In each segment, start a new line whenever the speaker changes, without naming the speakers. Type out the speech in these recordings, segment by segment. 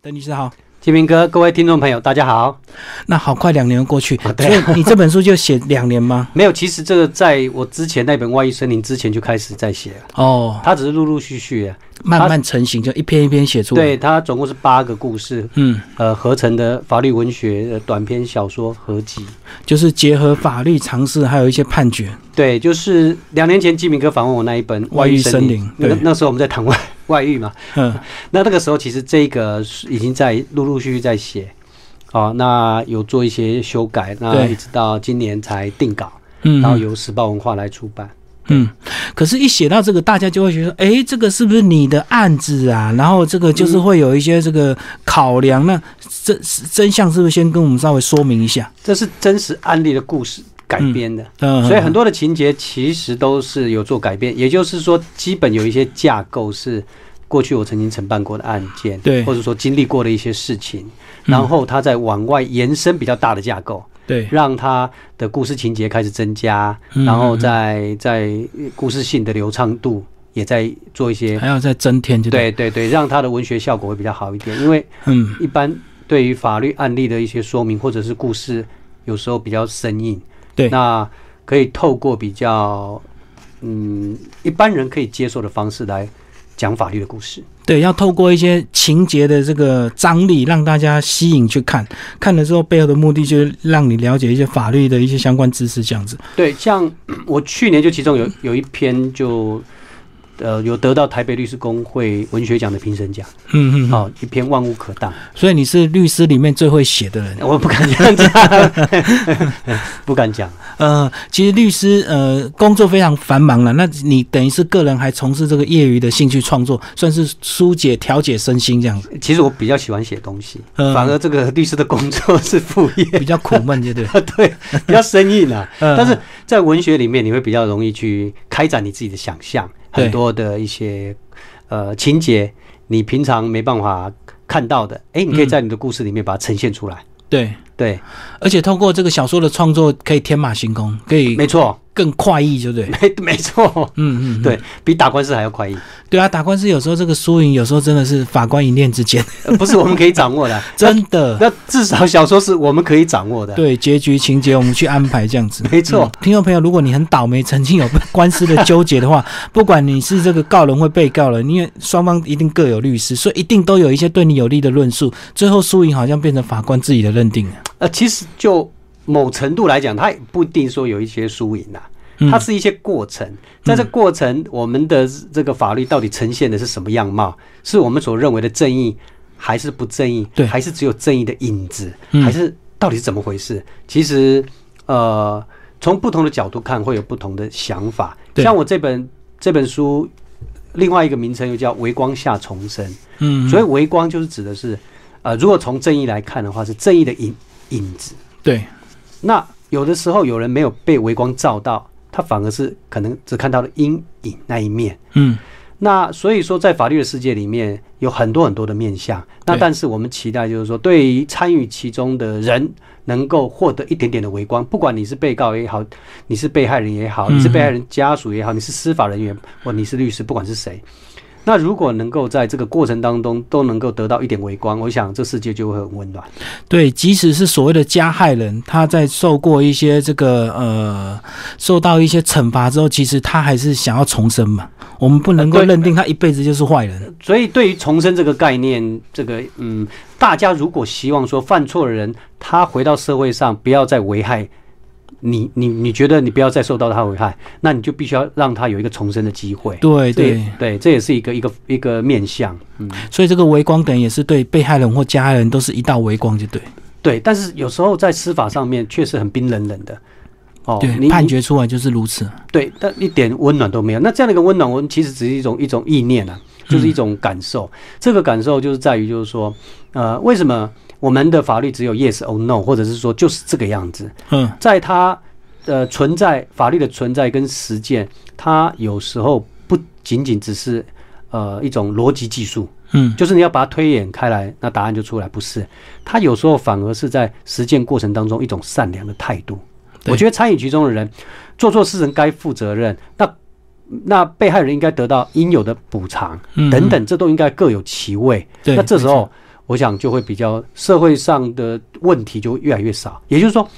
邓律师好，
金明哥，各位听众朋友，大家好。
那好快两年过去，
啊对啊
所以你这本书就写两年 吗？
没有，其实这个在我之前那本《外遇森林》之前就开始在写了，
哦，
它只是陆陆续续啊。
慢慢成型，就一篇一篇写出来。
对，，它总共是八个故事，
嗯，
呃，合成的法律文学、呃短篇小说合集。
就是结合法律常识，还有一些判决。
对，就是两年前金明哥访问我那一本《
外遇森
林
林》，
那
对
那时候我们在谈外 外遇嘛，
嗯，
那那个时候其实这个是已经在陆陆续续在写，哦，那有做一些修改，那
对
一直到今年才定稿，
嗯，
然后由时报文化来出版。
嗯，可是，一写到这个，大家就会觉得，哎，这个是不是你的案子啊？然后这个就是会有一些这个考量。那真真相是不是先跟我们稍微说明一下？
这是真实案例的故事改编的，
嗯，
所以很
多
多的情节其实都是有做改变，也就是说，基本有一些架构是过去我曾经承办过的案件，
对
或者说经历过的一些事情，
嗯
然后它再往外延伸比较大的架构，
对，
让它的故事情节开始增加，
嗯
然后再在故事性的流畅度也在做一些
还，要再增添，就，
对对对，让它的文学效果会比较好一点，因为
嗯，
一般对于法律案例的一些说明或者是故事，有时候比较生硬。
对
那可以透过比较嗯一般人可以接受的方式来讲法律的故事。
对，要透过一些情节的这个张力，让大家吸引去看。看了之后，背后的目的就是让你了解一些法律的一些相关知识，这样子。
对，像 我去年就其中有有一篇就。呃，有得到台北律师工会文学奖的评审奖，
嗯嗯，好。
好、一篇《万物可当》，
所以你是律师里面最会写的人。
我不敢这样讲，不敢讲。
呃，其实律师呃工作非常繁忙了，那你等于是个人还从事这个业余的兴趣创作，算是疏解、调节身心这样子。
其实我比较喜欢写东西，
嗯
反而这个律师的工作是副业，
比较苦闷，对不对？
啊， 对，比较生硬啦、
嗯
但是在文学里面，你会比较容易去开展你自己的想象，
对
很多的一些呃情节，你平常没办法看到的，哎、你可以在你的故事里面把它呈现出来。
对，
对，
而且透过这个小说的创作，可以天马行空，可以
没错，
更快意，对不对？
没没错，
嗯嗯，嗯
对比打官司还要快意，
对啊，打官司有时候这个输赢，有时候真的是法官一念之 间，，
呃不是我们可以掌握的
真的。
那至少小说是我们可以掌握的。
对结局情节，我们去安排这样子。
没错
嗯听众朋友，如果你很倒霉，曾经有官司的纠结的话，不管你是这个告人或被告人，因为双方一定各有律师，所以一定都有一些对你有利的论述。最后输赢好像变成法官自己的认定了。
呃，其实就某程度来讲，它也不一定说有一些输赢啊啦，
嗯
它是一些过程。在这过程，我们的这个法律到底呈现的是什么样貌？是我们所认为的正义，还是不正义？
对
还是只有正义的影子？
嗯
还是到底是怎么回事？其实，呃，从不同的角度看，会有不同的想法。
对
像我这本这本书，另外一个名称又叫《微光下重生》。
嗯，
所以
以
微光就是指的是，呃，如果从正义来看的话，是正义的影影子。
对，
那有的时候有人没有被微光照到，他反而是可能只看到了阴影那一面。
嗯，
那所以说，在法律的世界里面有很多很多的面向。那
对
但是我们期待就是说，对于参与其中的人，能够获得一点点的微光。不管你是被告也好，你是被害人也好，
嗯
你是被害人家属也好，你是司法人员或你是律师，不管是谁。那如果能够在这个过程当中都能够得到一点微光，我想这世界就会很温暖。
对，即使是所谓的加害人，他在受过一些这个呃，受到一些惩罚之后，其实他还是想要重生嘛。我们不能够
呃对
认定他一辈子就是坏人。
所以，对于重生这个概念，这个嗯，大家如果希望说犯错的人他回到社会上不要再危害你，你你觉得你不要再受到他危害，那你就必须要让他有一个重生的机会。
对
这也
对，
对，这也是一个一个一个面向。嗯，
所以这个微光等于也是对被害人或加害人都是一道微光，就对。
对。但是有时候在司法上面确实很冰冷冷的。哦，
对，
你
判决出来就是如此。
对，但一点温暖都没有。那这样的一个温暖，我们其实只是一种一种意念啊，就是一种感受。这个感受就是在于，就是说，呃，为什么我们的法律只有 yes or no，或者是说就是这个样子？
嗯，
在它呃存在法律的存在跟实践，它有时候不仅仅只是呃一种逻辑技术，
嗯，
就是你要把它推演开来，那答案就出来。不是，它有时候反而是在实践过程当中一种善良的态度。
对
我觉得参与其中的人做错事情该负责任，那那被害人应该得到应有的补偿
嗯
等等，这都应该各有其位。
对。
那这时候我想就会比较社会上的问题就会越来越少。也就是说，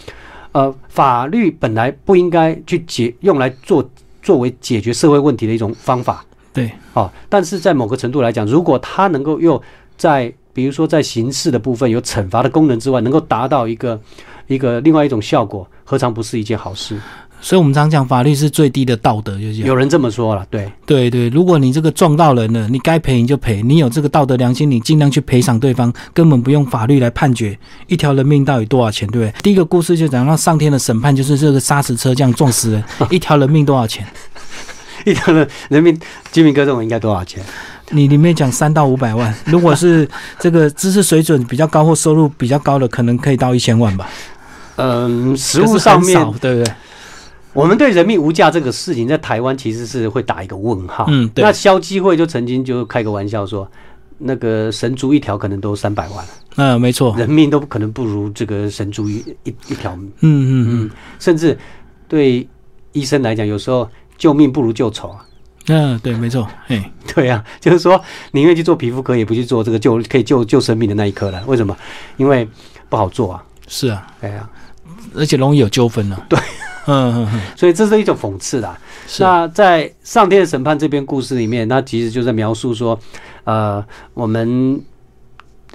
呃，法律本来不应该去解用来做作为解决社会问题的一种方法，
对，
哦，但是在某个程度来讲，如果它能够又在比如说在刑事的部分有惩罚的功能之外，能够达到一个一个另外一种效果，何尝不是一件好事？
所以我们常讲法律是最低的道德，就是这样
有人这么说了，对，
对对，如果你这个撞到人了，你该赔你就赔，你有这个道德良心，你尽量去赔偿对方，根本不用法律来判决一条人命到底多少钱，对不对？第一个故事就讲到上天的审判，就是这个砂石车这样撞 死人，一条人命多少钱？
一条人人民居民哥认为应该多少钱？
你里面讲三到五百万，如果是这个知识水准比较高或收入比较高的，可能可以到一千万吧。
嗯，实
可是
物上
很
面啊
少，对不对？
我们对人命无价这个事情，在台湾其实是会打一个问号。
嗯对
那肖基会就曾经就开个玩笑说，那个神猪一条可能都三百万，
嗯、没错。
人命都可能不如这个神猪一一一条，
嗯嗯嗯
甚至对医生来讲，有时候救命不如救丑啊。
嗯、对，没错。哎，
对啊，就是说宁愿去做皮肤科，也不去做这个救可以救救生命的那一科了。为什么？因为不好做啊。
是啊，
哎呀、
而且容易有纠纷呢、
对，
嗯嗯嗯，
所以这是一种讽刺啦。
是啊
那在上天的审判这篇故事里面，那其实就在描述说，呃，我们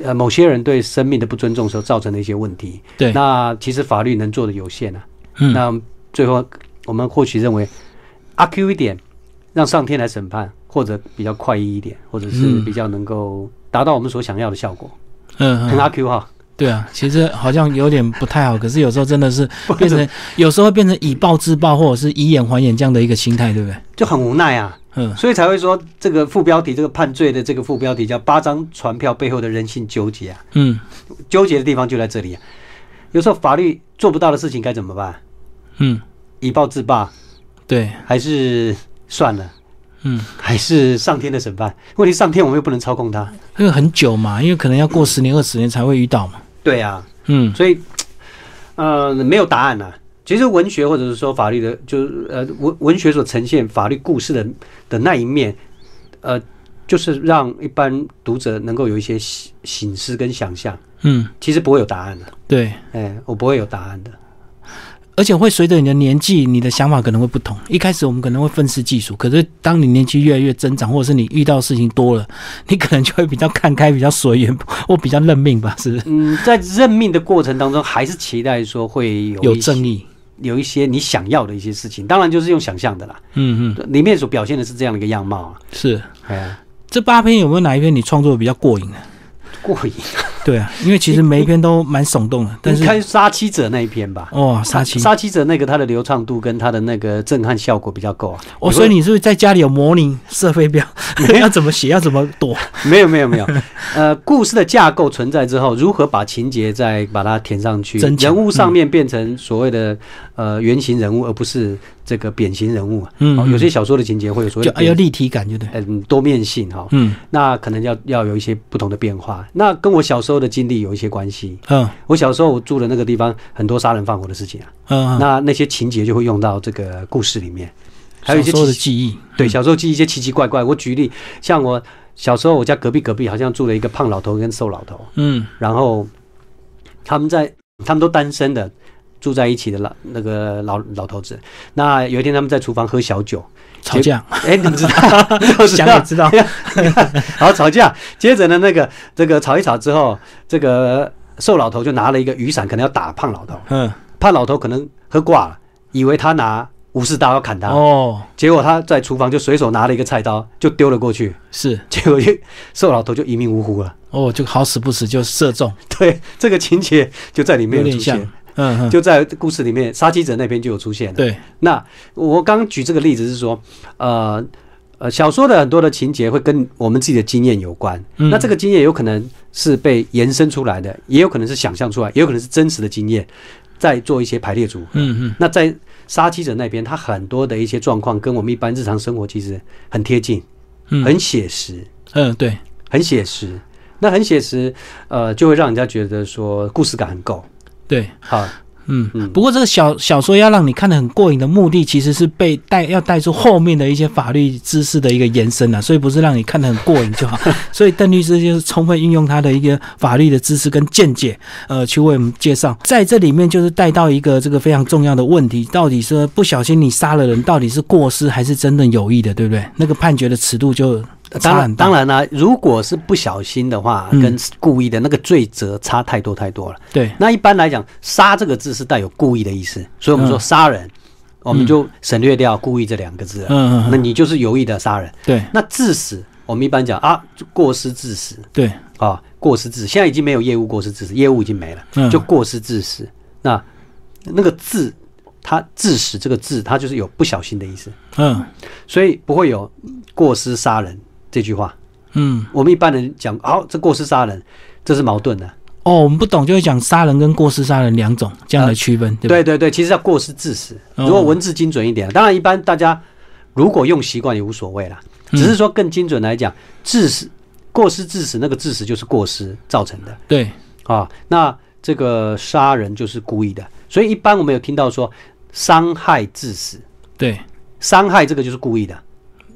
呃某些人对生命的不尊重时候造成的一些问题。
对
那其实法律能做的有限啊。
嗯
那最后我们或许认为阿 Q 一点，让上天来审判，或者比较快意一点，或者是
嗯
比较能够达到我们所想要的效果。
嗯
很
嗯，
阿 Q 哈，
对啊，其实好像有点不太好，可是有时候真的是
不
变
然
成有时候会变成以暴制暴，或者是以眼还眼这样的一个心态，对不对？
就很无奈啊。
嗯，
所以才会说这个副标题，这个判罪的这个副标题叫“八张传票背后的人性纠结”啊。
嗯
纠结的地方就在这里、啊。有时候法律做不到的事情该怎么办？
嗯，
以暴制暴，
对，
还是算了？
嗯，
还是上天的审判？问题上天我们又不能操控它。
因为很久嘛，因为可能要过十年、二十年才会遇到嘛。
对啊，
嗯，
所以，呃，没有答案啊。其实文学或者是说法律的，就是呃文文学所呈现法律故事的的那一面，呃，就是让一般读者能够有一些醒醒思跟想象。
嗯，
其实不会有答案的、
对，
哎，我不会有答案的。
而且会随着你的年纪，你的想法可能会不同。一开始我们可能会愤世嫉俗，可是当你年纪越来越增长，或者是你遇到事情多了，你可能就会比较看开、比较随缘，或比较认命吧，是不是？
嗯，在任命的过程当中，还是期待说会有
有
一些
正义。
有一些你想要的一些事情，当然就是用想象的啦。
嗯嗯，
里面所表现的是这样的一个样貌啊，
是。
哎呀，
这八篇有没有哪一篇你创作的比较过瘾的？
过瘾。
对啊，因为其实每一篇都蛮耸动的，但是哦
你看《杀妻者》那一篇吧，
哇，杀青
杀妻者》那个它的流畅度跟它的那个震撼效果比较 够啊。
哦，所以你是不是在家里有模拟射飞镖， 要怎么写，要怎么躲？
没有没有没有，呃，故事的架构存在之后，如何把情节再把它填上去，
增强
人物上面变成所谓的呃原型人物，而不是这个扁形人物啊。
嗯
哦有些小说的情节会有所谓
就
的
哎要
扁
立体感，就对。
嗯多面性哈、
嗯
那可能要要有一些不同的变化。那跟我小时候的经历有一些关系。
嗯
我小时候我住的那个地方很多杀人放火的事情啊，
嗯，嗯
那那些情节就会用到这个故事里面，还有一些
小时候的
奇
记忆，
对小时候记忆一些奇奇怪怪。我举例，像我小时候我家隔壁隔壁好像住了一个胖老头跟瘦老头，
嗯
然后他们在他们都单身的。住在一起的老那个老老头子，那有一天他们在厨房喝小酒，
吵架，
哎、你们知道？你们知
想
道
也知道。
然后吵架，接着呢，那个这个吵一吵之后，这个瘦老头就拿了一个雨伞，可能要打胖老头，
嗯
胖老头可能喝挂了，以为他拿武士刀要砍他，
哦
结果他在厨房就随手拿了一个菜刀就丢了过去，
是
结果就瘦老头就一命呜呼了。
哦，就好死不死就射中，
对，这个情节就在里面
有
有
点
出
像
现。。
嗯嗯，
就在故事里面，杀妻者那边就有出现了。
对，
那我刚举这个例子是说，呃呃，小说的很多的情节会跟我们自己的经验有关。
嗯
那这个经验有可能是被延伸出来的，也有可能是想象出来，也有可能是真实的经验，再做一些排列组合。
嗯嗯
那在杀妻者那边，他很多的一些状况跟我们一般日常生活其实很贴近，
嗯
很写实，
嗯对，
很写实。那很写实，呃，就会让人家觉得说故事感很够。
对，
好，
嗯
嗯，
不过这个小小说要让你看得很过瘾的目的，其实是被带要带出后面的一些法律知识的一个延伸啊，所以不是让你看得很过瘾就好。 所以邓律师就是充分运用他的一个法律的知识跟见解，呃，去为我们介绍。在这里面就是带到一个这个非常重要的问题，到底是不小心你杀了人，到底是过失还是真正有意的，对不对？那个判决的尺度就
当
差
然
很大。
当然啦、如果是不小心的话，
嗯
跟故意的那个罪责差太多太多了。
对，
那一般来讲，杀这个字是带有故意的意思，所以我们说
嗯
杀人，我们就省略掉故意这两个字了。
嗯嗯
那
嗯，
你就是有意的杀人。
对
那致死，我们一般讲啊，过失致死
对，
啊，过失致死。现在已经没有业务过失致死，业务已经没了，
嗯
就过失致死。那那个致，它致死这个致，它就是有不小心的意思，
嗯
所以不会有过失杀人这句话。
嗯，
我们一般人讲，好、这过失杀人，这是矛盾的。
哦，我们不懂就会讲杀人跟过失杀人两种这样的区分，对不对
对对对，其实要过失致死。
嗯
如果文字精准一点，当然一般大家如果用习惯也无所谓啦，
嗯
只是说更精准来讲，致死、过失致死那个致死就是过失造成的
对，
啊。那这个杀人就是故意的，所以一般我们有听到说伤害致死，
对，
伤害这个就是故意的，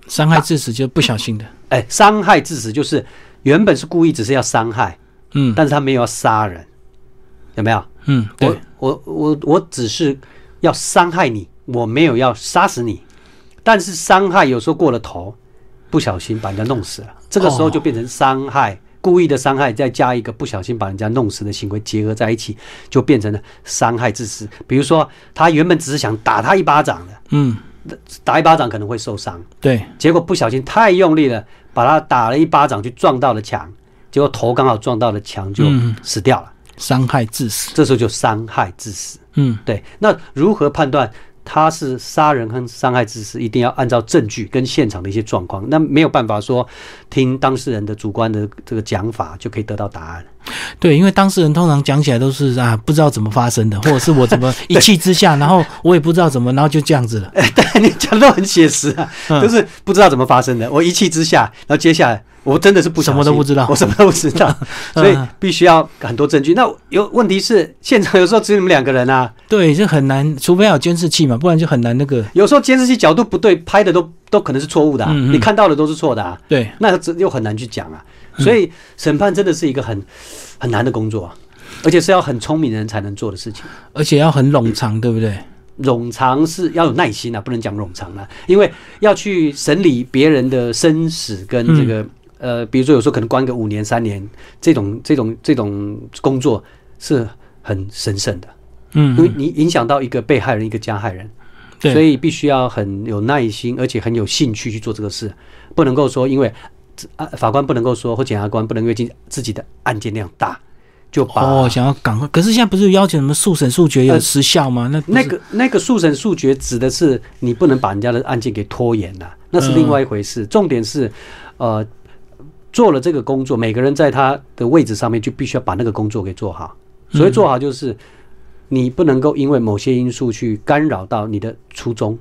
伤害致死就是不小心的。
哎，伤害致死就是原本是故意，只是要伤害，
嗯
但是他没有要杀人，有没有？
嗯，
我
对，
我我我只是要伤害你，我没有要杀死你，但是伤害有时候过了头，不小心把人家弄死了，这个时候就变成伤害，故意的伤害，再加一个不小心把人家弄死的行为结合在一起，就变成了伤害致死。比如说，他原本只是想打他一巴掌的，
嗯
打一巴掌可能会受伤，
对，
结果不小心太用力了，把他打了一巴掌，就撞到了墙，结果头刚好撞到了墙就
嗯
死掉了，
伤害致死。
这时候就伤害致死。
嗯
对，那如何判断他是杀人和伤害致死？一定要按照证据跟现场的一些状况，那没有办法说听当事人的主观的这个讲法就可以得到答案。
对，因为当事人通常讲起来都是啊，不知道怎么发生的，或者是我怎 么一气之下，然后我也不知道怎么，然后就这样子了。
但你讲的很写实啊，
嗯
就是不知道怎么发生的。我一气之下，然后接下来我真的是不小
什么
心
都不知道
我什么都不知道，
嗯
所以必须要很多证据。那有问题是现场有时候只有你们两个人啊，
对，就很难，除非要有监视器嘛，不然就很难那个。
有时候监视器角度不对，拍的都都可能是错误的、啊，
嗯嗯
你看到的都是错的啊。
对，
那这又很难去讲啊。
嗯
所以审判真的是一个很很难的工作、啊，而且是要很聪明的人才能做的事情。
而且要很冗长，对不对？
冗长是要有耐心啊，不能讲冗长啊，因为要去审理别人的生死跟这个、
嗯
呃，比如说有时候可能关个五年三年，这种这种这种工作是很神圣的，
嗯，
因为你影响到一个被害人一个加害人。
对，
所以必须要很有耐心，而且很有兴趣去做这个事，不能够说因为啊法官不能够说或检察官不能因为自己自己的案件量大，就把、
哦，想要赶快，可是现在不是要求什么速审速决有
呃
时效吗？那不
那
是
个那个速审速决指的是你不能把人家的案件给拖延了、那是另外一回事。重点是，呃，做了这个工作，每个人在他的位置上面就必须要把那个工作给做好。所以做好就是你不能够因为某些因素去干扰到你的初衷。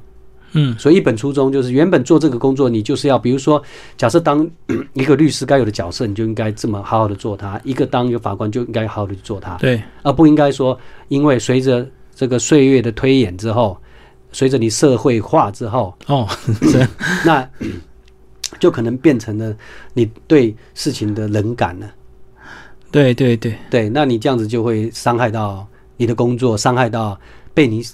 嗯
所以一本初衷就是原本做这个工作，你就是要，比如说，假设当一个律师该有的角色，你就应该这么好好的做它；一个当一个法官就应该好好的去做它，
对，
而啊不应该说，因为随着这个岁月的推演之后，随着你社会化之后，
哦， 是
那 就可能变成了你对事情的冷感了。
对对对，
对，那你这样子就会伤害到你的工作，伤害到被你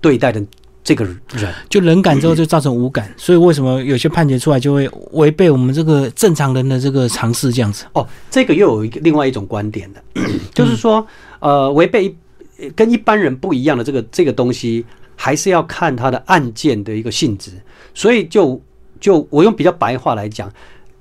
对待的这个人。
就冷感之后就造成无感，所以为什么有些判决出来就会违背我们这个正常人的这个常识这样子？
哦，这个又有一个另外一种观点的，就是说，呃，违背一呃跟一般人不一样的这个这个东西，还是要看它的案件的一个性质。所以就就我用比较白话来讲，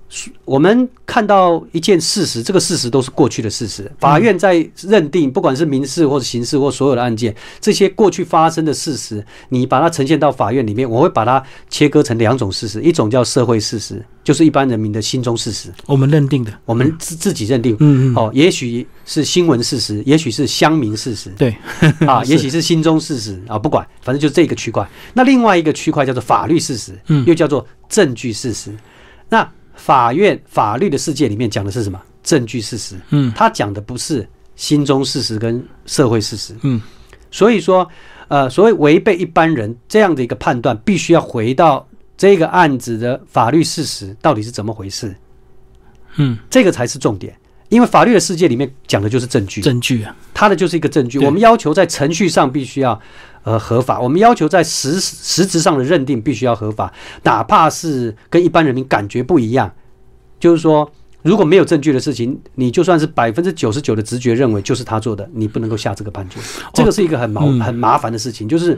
是我们看到一件事实，这个事实都是过去的事实。法院在认定，不管是民事或者刑事或所有的案件，这些过去发生的事实，你把它呈现到法院里面，我会把它切割成两种事实，一种叫社会事实，就是一般人民的心中事实。
我们认定的，
我们自自己认定。
嗯嗯，
哦，也许是新闻事实，也许是乡民事实
对，
啊，也许是心中事实啊，不管，反正就这个区块。那另外一个区块叫做法律事实，
嗯
又叫做证据事实。那法院法律的世界里面讲的是什么？证据事实，
嗯
他讲的不是心中事实跟社会事实，
嗯，
所以说，呃，所谓违背一般人这样的一个判断，必须要回到这个案子的法律事实到底是怎么回事，
嗯，
这个才是重点。因为法律的世界里面讲的就是证据，
证据啊，
它的就是一个证据。
对
我们要求在程序上必须要呃合法，我们要求在实实质上的认定必须要合法，哪怕是跟一般人民感觉不一样，就是说。如果没有证据的事情，你就算是百分之九十九的直觉认为就是他做的，你不能够下这个判决。这个是一个很麻、
嗯
很麻烦的事情，就是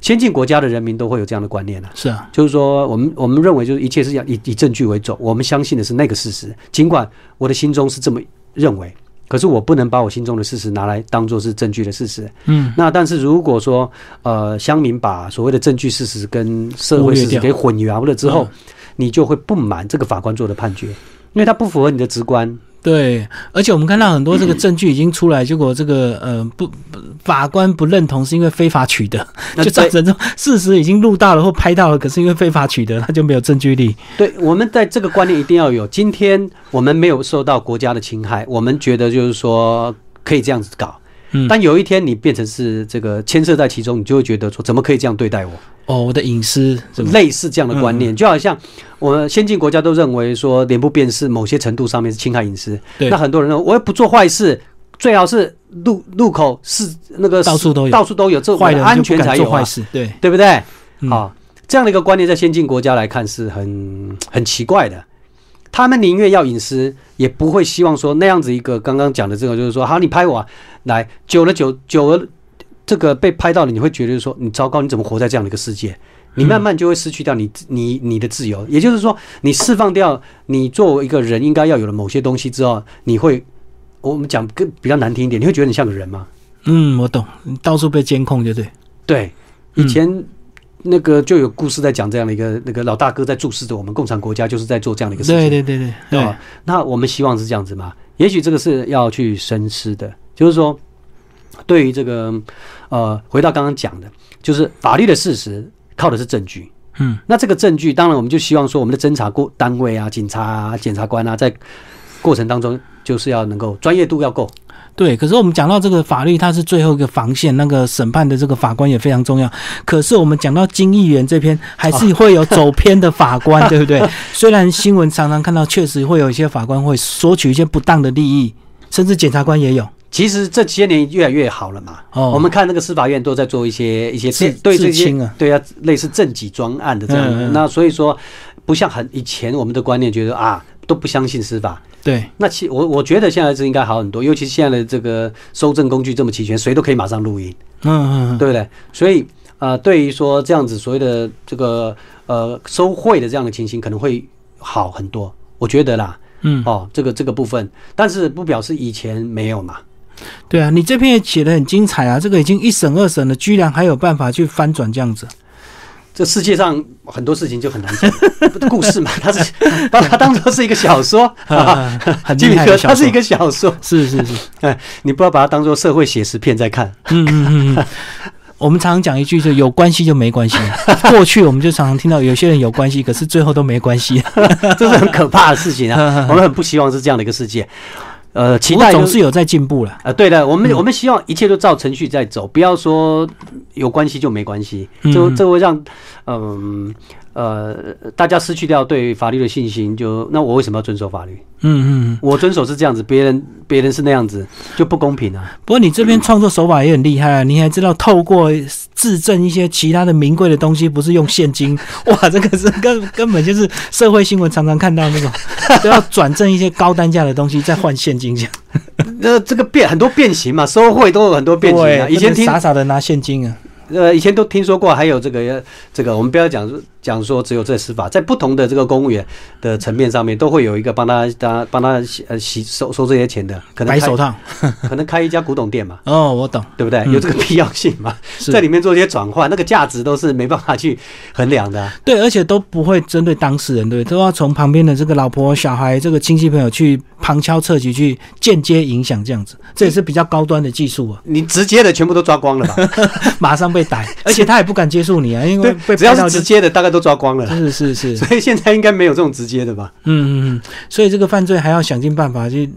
先进国家的人民都会有这样的观念啊。
是啊，
就是说，我们我们认为就是一切是要以以证据为准，我们相信的是那个事实。尽管我的心中是这么认为，可是我不能把我心中的事实拿来当做是证据的事实。
嗯，
那但是如果说呃乡民把所谓的证据事实跟社会事
忽
实
略掉嗯
给混淆了之后，你就会不满这个法官做的判决，因为他不符合你的直观。
对，而且我们看到很多这个证据已经出来，结果这个呃不不法官不认同，是因为非法取得，
那
就
这
造成这种事实已经录到了或拍到了，可是因为非法取得，他就没有证据力。
对，我们在这个观念一定要有。今天我们没有受到国家的侵害，我们觉得就是说可以这样子搞。
嗯
但有一天你变成是这个牵涉在其中，你就会觉得说怎么可以这样对待我？
哦，我的隐私什么？
类似这样的观
嗯
念，就好像我们先进国家都认为说脸部辨识某些程度上面是侵害隐私。
对
那很多人说我又不做坏事，最好是路路口是那个
到处都有
到处都有，这我
坏
们
人
安
就不
全才
敢
有、
做
啊、
坏事，对，
对不对？好、
嗯
这样的一个观念在先进国家来看是很很奇怪的。他们宁愿要隐私，也不会希望说那样子一个刚刚讲的这个，就是说，好，你拍我、啊、来，久了久久了，这个被拍到了，你会觉得说，你糟糕，你怎么活在这样的一个世界？你慢慢就会失去掉你你你的自由，也就是说，你释放掉你作为一个人应该要有的某些东西之后，你会，我们讲更比较难听一点，你会觉得你像个人吗？
嗯，我懂，到处被监控，就对，
对，
嗯
以前那个就有故事在讲这样的一个那个老大哥在注视着我们共产国家，就是在做这样的一个事
对
情，
对对对
对
对
吧，？那我们希望是这样子嘛？也许这个是要去深思的，就是说，对于这个呃，回到刚刚讲的，就是法律的事实靠的是证据。
嗯，
那这个证据，当然我们就希望说，我们的侦查过单位啊、警察啊、检察官啊，在过程当中就是要能够专业度要够，
对，可是我们讲到这个法律，它是最后一个防线，那个审判的这个法官也非常重要。可是我们讲到金议员这篇，还是会有走偏的法 官，对不对？虽然新闻常常看到，确实会有一些法官会索取一些不当的利益，甚至检察官也有。
其实这些年越来越好了嘛。
哦
我们看那个司法院都在做一些一些
自
对这
自
些
清啊
对啊，类似政己专案的这样。
嗯嗯
那所以说，不像很以前我们的观念，觉得啊都不相信司法。
对，
那其我我觉得现在是应该好很多，尤其是现在的这个收证工具这么齐全，谁都可以马上录音，
嗯嗯嗯，
对不对？所以呃，对于说这样子所谓的这个呃收贿的这样的情形，可能会好很多，我觉得啦。
嗯，
哦，这个这个部分，但是不表示以前没有嘛。
对啊，你这篇也写得很精彩啊，这个已经一审二审了，居然还有办法去翻转这样 子。
这世界上很多事情就很难 讲，故事嘛，它是 把它当做是一个小说，
啊很
基
厉
米
害
哥，
的小
它是
说
一个小说，
是是是，
哎，你不要把它当做社会写实片在 看。
嗯嗯嗯嗯。我们常常讲一句，就有关系就没关 系。过去我们就常常听到有些人有关系，可是最后都没关系。
这是很可怕的事情啊！我们很不希望是这样的一个世界。呃，期
不过
待就
总是嗯有在进步了。
呃，对的，我们、我们希望一切都照程序在走，不要说有关系就没关系，这
嗯
这会让嗯呃大家失去掉对法律的信心。就那我为什么要遵守法律？
嗯嗯。
我遵守是这样子，别人别人是那样子，就不公平啊！
不过你这边创作手法也很厉害啊，你还知道透过自证一些其他的名贵的东西，不是用现 金。哇，这个是根根本就是社会新闻常常看到 那种，都要转正一些高单价的东西再换现金这样。
那这个变很多变形嘛，收贿都有很多变形啊。
对
以
不
前
能
听
傻傻的拿现金啊。
呃，以前都听说过，还有这个这个，我们不要讲说讲说只有这司法，在不同的这个公务员的层面上面，都会有一个帮他他帮他洗呃洗收收这些钱的，可能
白
开
手套。
可能开一家古董店嘛，
哦，我懂。
对不对？
嗯
有这个必要性嘛？
是
在里面做一些转换，那个价值都是没办法去衡量 的啊、
对，而且都不会针对当事人，对，都要从旁边的这个老婆、小孩、这个亲戚朋友去旁敲侧击，去间接影响这样子，这也是比较高端的技术啊，
你直接的全部都抓光了吧？
马上被 逮，而且他也不敢接触你 啊，因为
对
被，
只
拍
要
到
是
就
直接的，大概都抓光了。
是是是，
所以现在应该没有这种直接的吧？
嗯嗯嗯，所以这个犯罪还要想尽办法去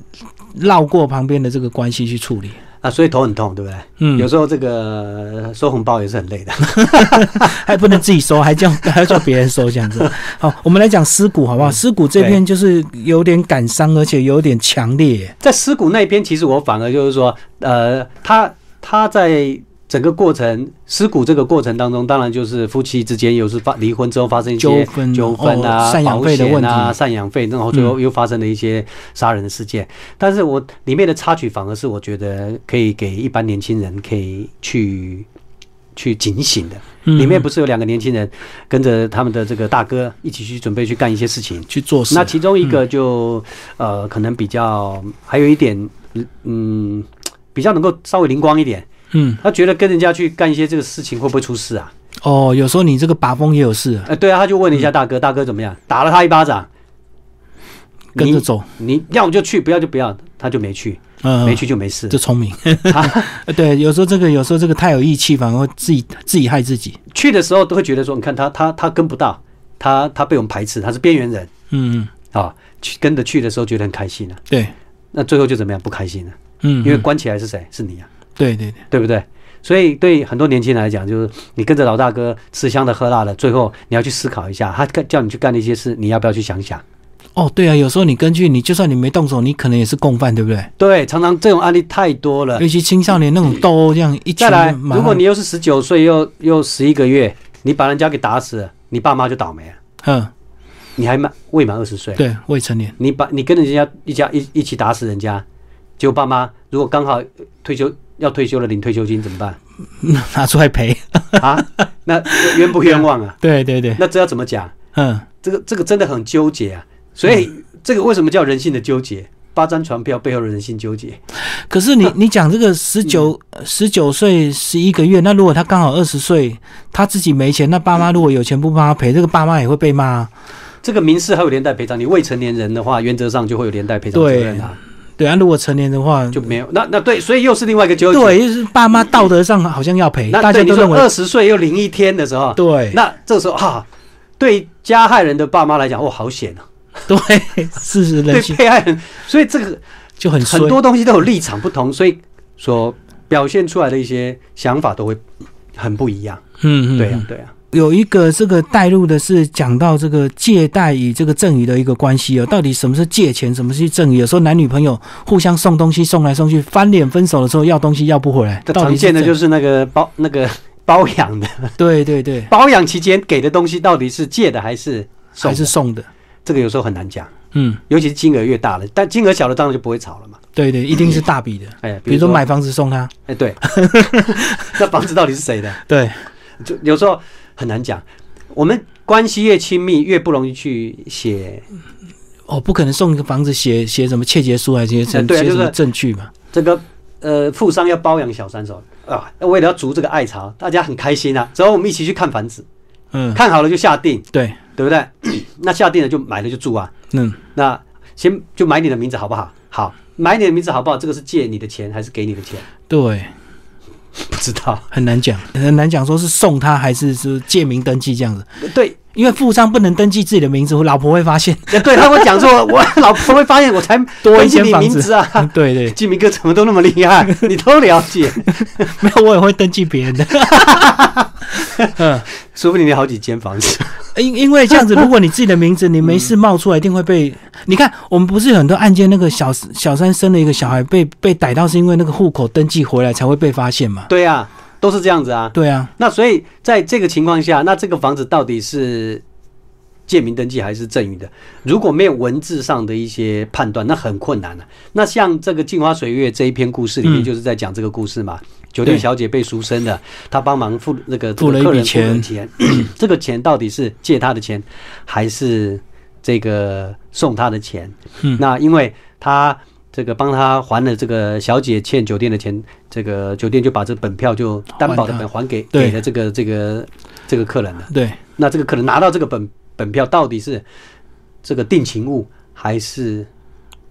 绕过旁边的这个关系去处理，
啊、啊，所以头很痛，对不对？
嗯，
有时候这个收红包也是很累的。
还不能自己收，还叫 还要叫别人收这样 子。好，我们来讲尸骨
嗯
好不好？尸骨这篇就是有点感伤，而且有点强烈耶。
在尸骨那边，其实我反而就是说，呃，他他在整个过程尸骨这个过程当中，当然就是夫妻之间有时发离婚之后发生一
纠
些
纷
纠纷啊、
哦赡养
保
费的
险
问题
啊、赡养费，然后最后又发生了一些杀人的事件。但是我里面的插曲反而是我觉得可以给一般年轻人可以去去警醒的。
嗯
里面不是有两个年轻人跟着他们的这个大哥一起去准备去干一些事情，
去做事
那，其中一个就、
嗯
呃，可能比较还有一点，嗯，比较能够稍微灵光一点。
嗯，
他觉得跟人家去干一些这个事情会不会出事啊？
哦，有时候你这个把风也有事啊，
呃，对啊，他就问了一下大哥，大哥怎么样？打了他一巴掌。
跟着走，
你，你要就去，不要就不要，他就没去，
嗯，
没去就没事。
这聪明。
他
对，有时候这个有时候这个太有义气，反而会自己自己害自己。
去的时候都会觉得说，你看他他他跟不到，他他被我们排斥，他是边缘人
嗯，
啊。去跟着去的时候觉得很开心啊，
对，
那最后就怎么样？不开心了、
嗯，
因为
嗯
关起来是谁？是你啊。
对对对，
对不对？所以对很多年轻人来讲，就是你跟着老大哥吃香的喝辣的，最后你要去思考一下，他干叫你去干的一些事，你要不要去想想？
哦，对啊，有时候你根据你就算你没动手，你可能也是共犯，对不对？
对，常常这种案例太多了。
尤其青少年那种斗殴这样一群
呃再来，
人马上，
如果你又是十九岁又又十一个月，你把人家给打死了，你爸妈就倒霉了，
嗯，
你还满未满二十岁，
对未成年，
你把你跟人家一家一一起打死人家，结果爸妈如果刚好退休要退休了领退休金怎么办
拿出来赔，
啊？ 那冤不冤枉啊？
对对对，
那这要怎么讲？
嗯。
这个这个真的很纠结啊。所以这个为什么叫人性的纠结？八张船票背后的人性纠结，
可是 你你讲这
嗯
个十九十九岁十一个月，那如果他刚好二十岁，他自己没钱，那爸妈如果有钱不帮他赔，这个爸妈也会被骂啊。
这个民事还有连带赔偿。你未成年人的话，原则上就会有连带赔偿责任啊，
对啊，如果成年的话，
就没有。那那对，所以又是另外一个纠结。，
对，就是爸妈道德上好像要赔，
那
大家
对你
都
说
认为
二十岁又零一天的时候，
对，
那这时候哈、啊，对加害人的爸妈来讲，哇，好险啊！
对， 事实
对
人性
被害人，所以这个
就很
很
衰。
多东西都有立场不同，所以所表现出来的一些想法都会很不一样。
嗯嗯，
对
嗯
啊，对啊。
有一个这个带入的是讲到这个借贷与这个赠与的一个关系哦，到底什么是借钱，什么是赠与？有时候男女朋友互相送东西送来送去，翻脸分手的时候要东西要不回来，到底
常见的就是是那个包那个 包养的，
这样对对对，
包养期间给的东西到底是借的还是
还
送的？
是送的，
这个有时候很难讲，
嗯，
尤其是金额越大了，但金额小的当然就不会吵了嘛。
对对，一定是大笔的，
哎，
比如说，买房子送他，
哎，对， 那房子到底是谁的？
对，
就有时候很难讲。我们关系越亲密，越不容易去写，
哦，不可能送一个房子写写什么窃结书还是写什
哎
么
对啊
写什
就
么
是
证据嘛，
这个呃，富商要包养小三手啊，为了要逐这个爱巢，大家很开心啊。然后我们一起去看房子，
嗯，
看好了就下定，
对，
对不对？ 那下定了就买了就住啊。
嗯，
那先就买你的名字好不好？好，买你的名字好不好？这个是借你的钱还是给你的钱？
对，
不知 道。
很难讲，很难讲说是送他还是是借名登记这样子，
对，
因为富商不能登记自己的名字，我老婆会发 现。
对他会讲说， 我老婆会发现我才
多一
登记
间
你
房
名
子
字啊。
对对，
金明哥怎么都那么厉害，你都了解，
没有，我也会登记别 人的。 嗯，
说不定你好几间房子。
因因为这样子，如果你自己的名字你没事冒出来，一定会 被。你看，我们不是有很多案件，那个小小三生了一个小孩被被逮到，是因为那个户口登记回来才会被发现嘛？
对啊，都是这样子啊。
对啊，
那所以在这个情况下，那这个房子到底是借名登记还是赠与的？如果没有文字上的一些判断，那很困难了、啊那像这个《镜花水月》这一篇故事里面，
嗯
就是在讲这个故事嘛。酒店小姐被赎身了，她帮忙付那个
付了一
这个客
笔
人付
钱
了钱 这个钱到底是借她的钱，还是这个送她的钱？
嗯
那因为她这个帮她还了这个小姐欠酒店的钱，这个酒店就把这本票就担保
还
的
她
本还给
对
给了这个这个这个客人了。
对，
那这个客人拿到这个本本票，到底是这个定情物还是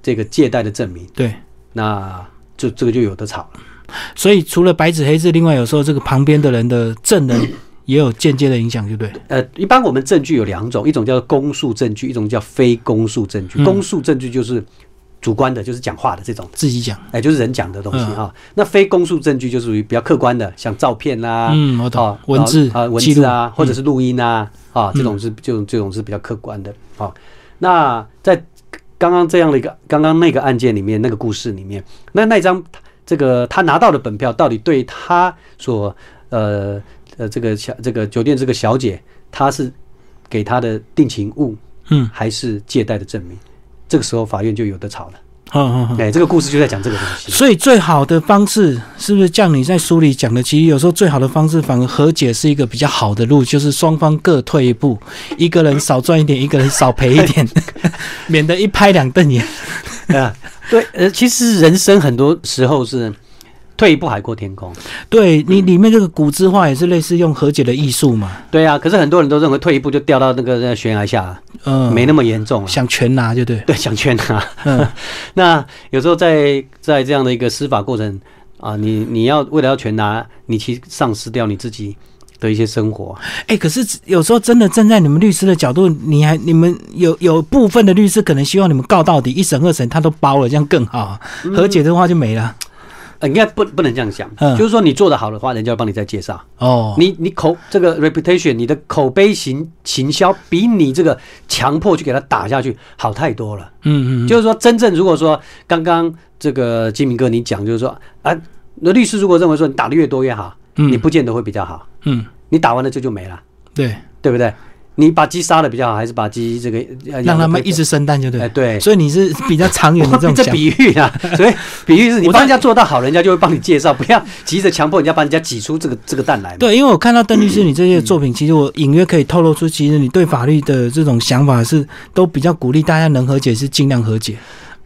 这个借贷的证明？
对，
那就这个就有的吵了。
所以除了白纸黑字，另外有时候这个旁边的人的证人也有间接的影响，对不对？
呃，一般我们证据有两种，一种叫公诉证据，一种叫非公诉证据。
嗯
公诉证据就是主观的，就是讲话的这种，
自己讲。
哎，就是人讲的东西
嗯
哈。那非公诉证据就属于比较客观的，像照片啦，
嗯，我懂
哦，，
文字
啊、文
记
字
录
啊，或者是录音啊，啊，
嗯
这种是这种这种是比较客观的。好、那在刚刚这样的一个刚刚那个案件里面，那个故事里面，那那张这个他拿到的本票，到底对他所呃呃这个小这个酒店这个小姐，她是给她的定情物
嗯，
还是借贷的证明？这个时候法院就有的吵了。
好好好。
哎、这个故事就在讲这个东西。
所以最好的方式是不是像你在书里讲的？其实有时候最好的方式反而和解是一个比较好的路，就是双方各退一步，一个人少赚一点，一个人少赔一 点，免得一拍两瞪眼。
啊，对，呃，其实人生很多时候是退一步海阔天空。
对你里面这个古之话也是类似用和解的艺术嘛，
对啊，可是很多人都认为退一步就掉到那个呃悬崖下，
嗯，
没那么严重了。啊
想全拿就对，
对，想劝他。
嗯
那有时候在在这样的一个司法过程啊，你你要为了要全拿，你其实丧失掉你自己的一些生活。
哎、可是有时候真的站在你们律师的角度，你还你们有有部分的律师可能希望你们告到底，一审二审他都包了，这样更好啊。和解的话就没了。
呃，应该不不能这样想，
嗯
就是说你做得好的话，人家会帮你再介绍。
哦，
你你口这个 reputation，你的口碑行行销比你这个强迫去给他打下去好太多了。
嗯嗯，
就是说，真正如果说刚刚这个金明哥你讲，就是说啊，那律师如果认为说你打的越多越好，
嗯
你不见得会比较好，
嗯，
你打完了就就没了，
对，
对不对？你把鸡杀了比较好，还是把鸡这个呃
让他们一直生蛋就对
哎
了。
对。
所以你是比较长 远的这种
这
想法。
比喻啊，所以比喻是你
我
帮人家做到好，人家就会帮你介绍，不要急着强迫人家把人家挤出这个这个蛋来嘛。
对，因为我看到邓律师你这些作
嗯
品，其实我隐约可以透露出，其实你对法律的这种想法是都比较鼓励大家能和解是尽量和解，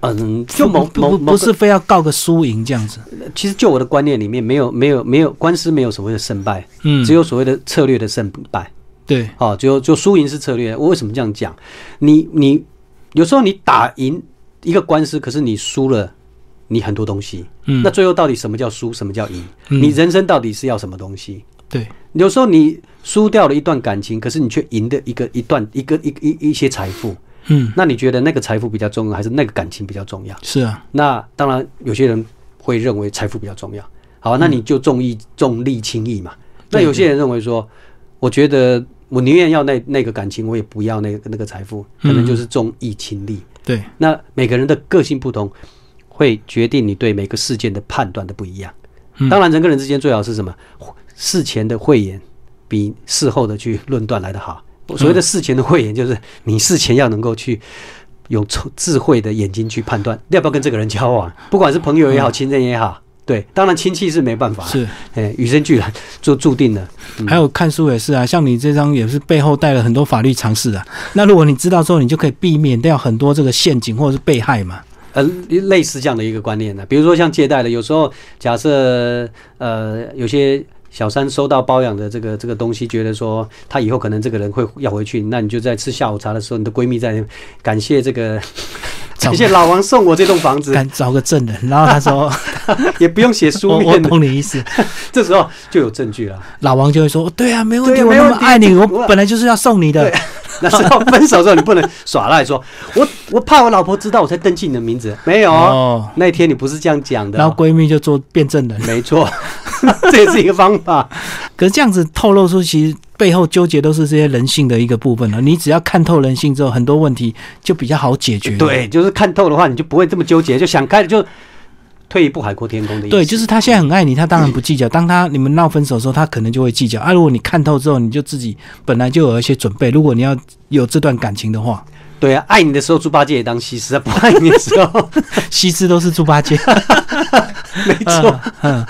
嗯，就某
不
某
不
某
不
个
是非要告个输赢这样子。
其实就我的观念里面，没有没有没有官司没有所谓的胜败，
嗯，
只有所谓的策略的胜败。
对，
哦，就就输赢是策略。我为什么这样讲？你你有时候你打赢一个官司，可是你输了你很多东西。
嗯，
那最后到底什么叫输，什么叫赢？
嗯
你人生到底是要什么东西？
对，
有时候你输掉了一段感情，可是你却赢得一个一段一个一一一一些财富。
嗯，
那你觉得那个财富比较重要，还是那个感情比较重要？
是啊，
那当然，有些人会认为财富比较重要。好，那你就重义重利轻义嘛。那
对
有些人认为说，我觉得我宁愿要那那个感情，我也不要那个那个财富，可能就是重义轻利。
对，
那每个人的个性不同，会决定你对每个事件的判断的不一样。
嗯
当然，人跟人之间最好是什么？事前的慧眼比事后的去论断来得好。所谓的事前的慧眼，就是你事前要能够去有聪智慧的眼睛去判断要不要跟这个人交往，不管是朋友也好，亲人也好。对，当然亲戚是没办法，
嗯是。
哎，与生俱来就注定了。
还有看书也是啊，像你这张也是背后带了很多法律常识啊。那如果你知道之后，你就可以避免掉很多这个陷阱或者是被害嘛。
呃，类似这样的一个观念呢、比如说像借贷的，有时候假设呃有些小三收到包养的这个这个东西，觉得说他以后可能这个人会要回去，那你就在吃下午茶的时候，你的闺蜜在那边感谢这 个
找
感谢老王送我这栋房子，
敢找个证人，然后他说
也不用写：“
我
书
我
面的，
懂你意思。
这时候就有证据了。
老王就会说：“对啊，没问题，
对
我
没
那
问
么
题
爱你，我
我
本来就是要送你的。
那时候分手之后，你不能耍赖说，我我怕我老婆知道我才登记你的名字，没”有，
哦，
那天你不是这样讲的
然后
哦，
闺蜜就做辩证人，
没错， 这也是一个方法。
可是这样子透露出其实背后纠结都是这些人性的一个部分了。你只要看透人性之后，很多问题就比较好解决。
对，就是看透的话，你就不会这么纠结，就想开了就退一步海阔天空的意思。
对，就是他现在很爱你，他当然不计较。当他你们闹分手的时候，他可能就会计较。啊，如果你看透之后，你就自己本来就有一些准备。如果你要有这段感情的话，
对啊，爱你的时候猪八戒也当西施，啊不爱你的时候，
西施都是猪八 戒。
没错。
嗯，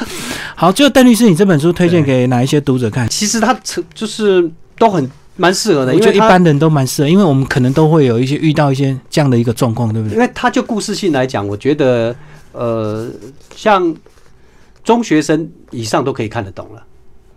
好，最后邓律师，你这本书推荐给哪一些读者看？
其实他就是都很蛮适合的，
我
因
觉
为
得一
他
般人都蛮适合，因为我们可能都会有一些遇到一些这样的一个状况，对不对？
因为他就故事性来讲，我觉得呃，像中学生以上都可以看得懂了。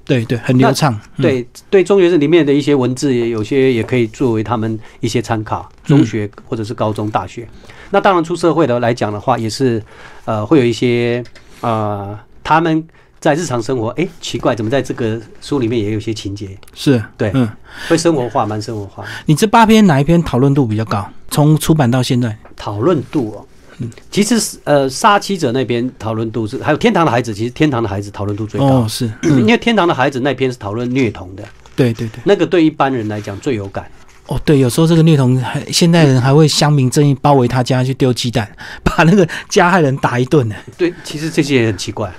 对对，很流畅。嗯，
对对，中学生里面的一些文字，也有些也可以作为他们一些参考。
嗯
中学或者是高中、大学，那当然出社会的来讲的话，也是呃会有一些呃他们在日常生活，哎，奇怪，怎么在这个书里面也有一些情节，
是，
对
嗯，
会生活化，蛮生活化。
你这八篇哪一篇讨论度比较高？从出版到现在，
讨论度哦，
嗯
其实是呃，杀妻者那边讨论度是，还有天堂的孩子，其实天堂的孩子讨论度最高，
哦，是，
因为天堂的孩子那篇是讨论虐童的，
对对对，
那个对一般人来讲最有感。
哦对，有时候这个虐童还现代人还会乡民正义包围他家去丢鸡蛋， 把那个加害人打一顿呢。
对，其实这些也很奇怪，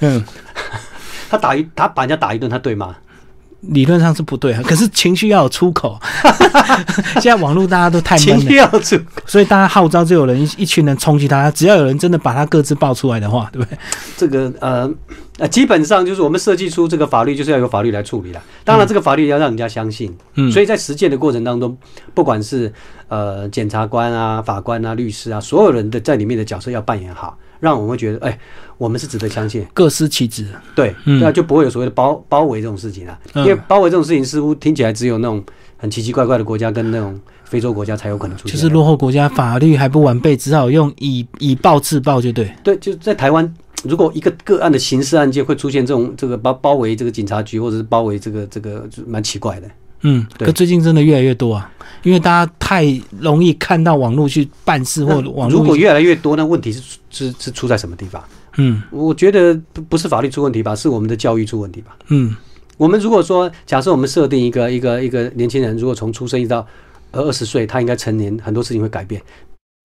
嗯，
他打一他把人家打一顿，他对吗？
理论上是不对啊，可是情绪要有出口。 现在网络大家都太
情
闷了
绪，要出，
所以大家号召就有人一一群人冲击他，只要有人真的把他各自爆出来的话，对不对？
这个呃呃，基本上就是我们设计出这个法律，就是要由法律来处理了。当然，这个法律要让人家相信，
嗯
所以在实践的过程当中，不管是呃检察官啊、法官啊、律师啊，所有人的在里面的角色要扮演好，让我们会觉得，哎、我们是值得相信，
各司其职。
对，
嗯
对啊，就不会有所谓的包包围这种事情啊。
嗯
因为包围这种事情，似乎听起来只有那种很奇奇怪怪的国家跟那种非洲国家才有可能出现。
就是落后国家法律还不完备，只好用以以暴制暴，就对。
对，就在台湾，如果一个个案的刑事案件会出现这种这个包包围这个警察局，或者是包围这个这个，就蛮奇怪的。
嗯，
对
可最近真的越来越多啊，因为大家太容易看到网络去办事或
那
网
如果
络，
越来越多，那问题是是是出在什么地方？
嗯
我觉得不不是法律出问题吧，是我们的教育出问题吧。
嗯
我们如果说假设我们设定一个一个一个年轻人，如果从出生一直到呃二十岁，他应该成年，很多事情会改变。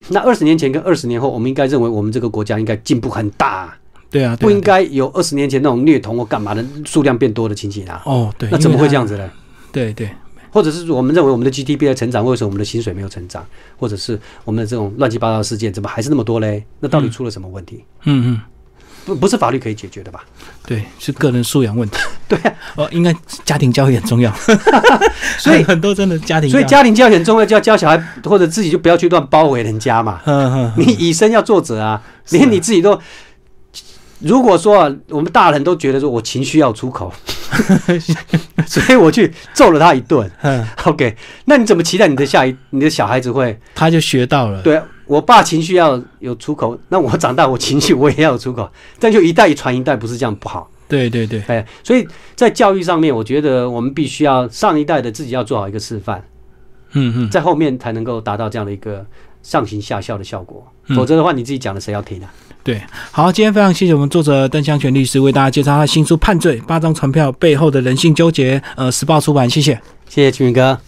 那二十年前跟二十年后，我们应该认为我们这个国家应该进步很大，
对啊，对啊
不应该有二十年前那种虐童或干嘛的数量变多的情形啊。
哦，对，
那怎么会这样
子？
子呢？
对对，
或者是我们认为我们的 GDP 在成长，为什么我们的薪水没有成长？或者是我们的这种乱七八糟的事件怎么还是那么多嘞？那到底出了什么问题？
嗯嗯，
不不是法律可以解决的吧？
对，是个人素养问题。
对啊
哦，应该家庭教育很重要，
所以
很多真的家庭，
所以，家庭教育很重要，就要教小孩或者自己就不要去乱包围人家嘛。
嗯嗯，
你以身要作则啊，
是啊
连你自己都。如果说啊我们大人都觉得说我情绪要出口， 所以我去揍了他一顿。
嗯，
OK，那你怎么期待你的下一你的小孩子会？
他就学到了。
对啊我爸情绪要有出口，那我长大我情绪我也要有出口，这样就一代传一代，不是这样不好。
对对对，
哎，所以在教育上面，我觉得我们必须要上一代的自己要做好一个示范，
嗯嗯，
在后面才能够达到这样的一个上行下效的效果。
嗯
否则的话，你自己讲的谁要听啊？
对，好，今天非常谢谢我们作者邓湘泉律师为大家介绍他的新书《判罪：八张传票背后的人性纠结》，呃，时报出版，谢谢。
谢谢青云哥。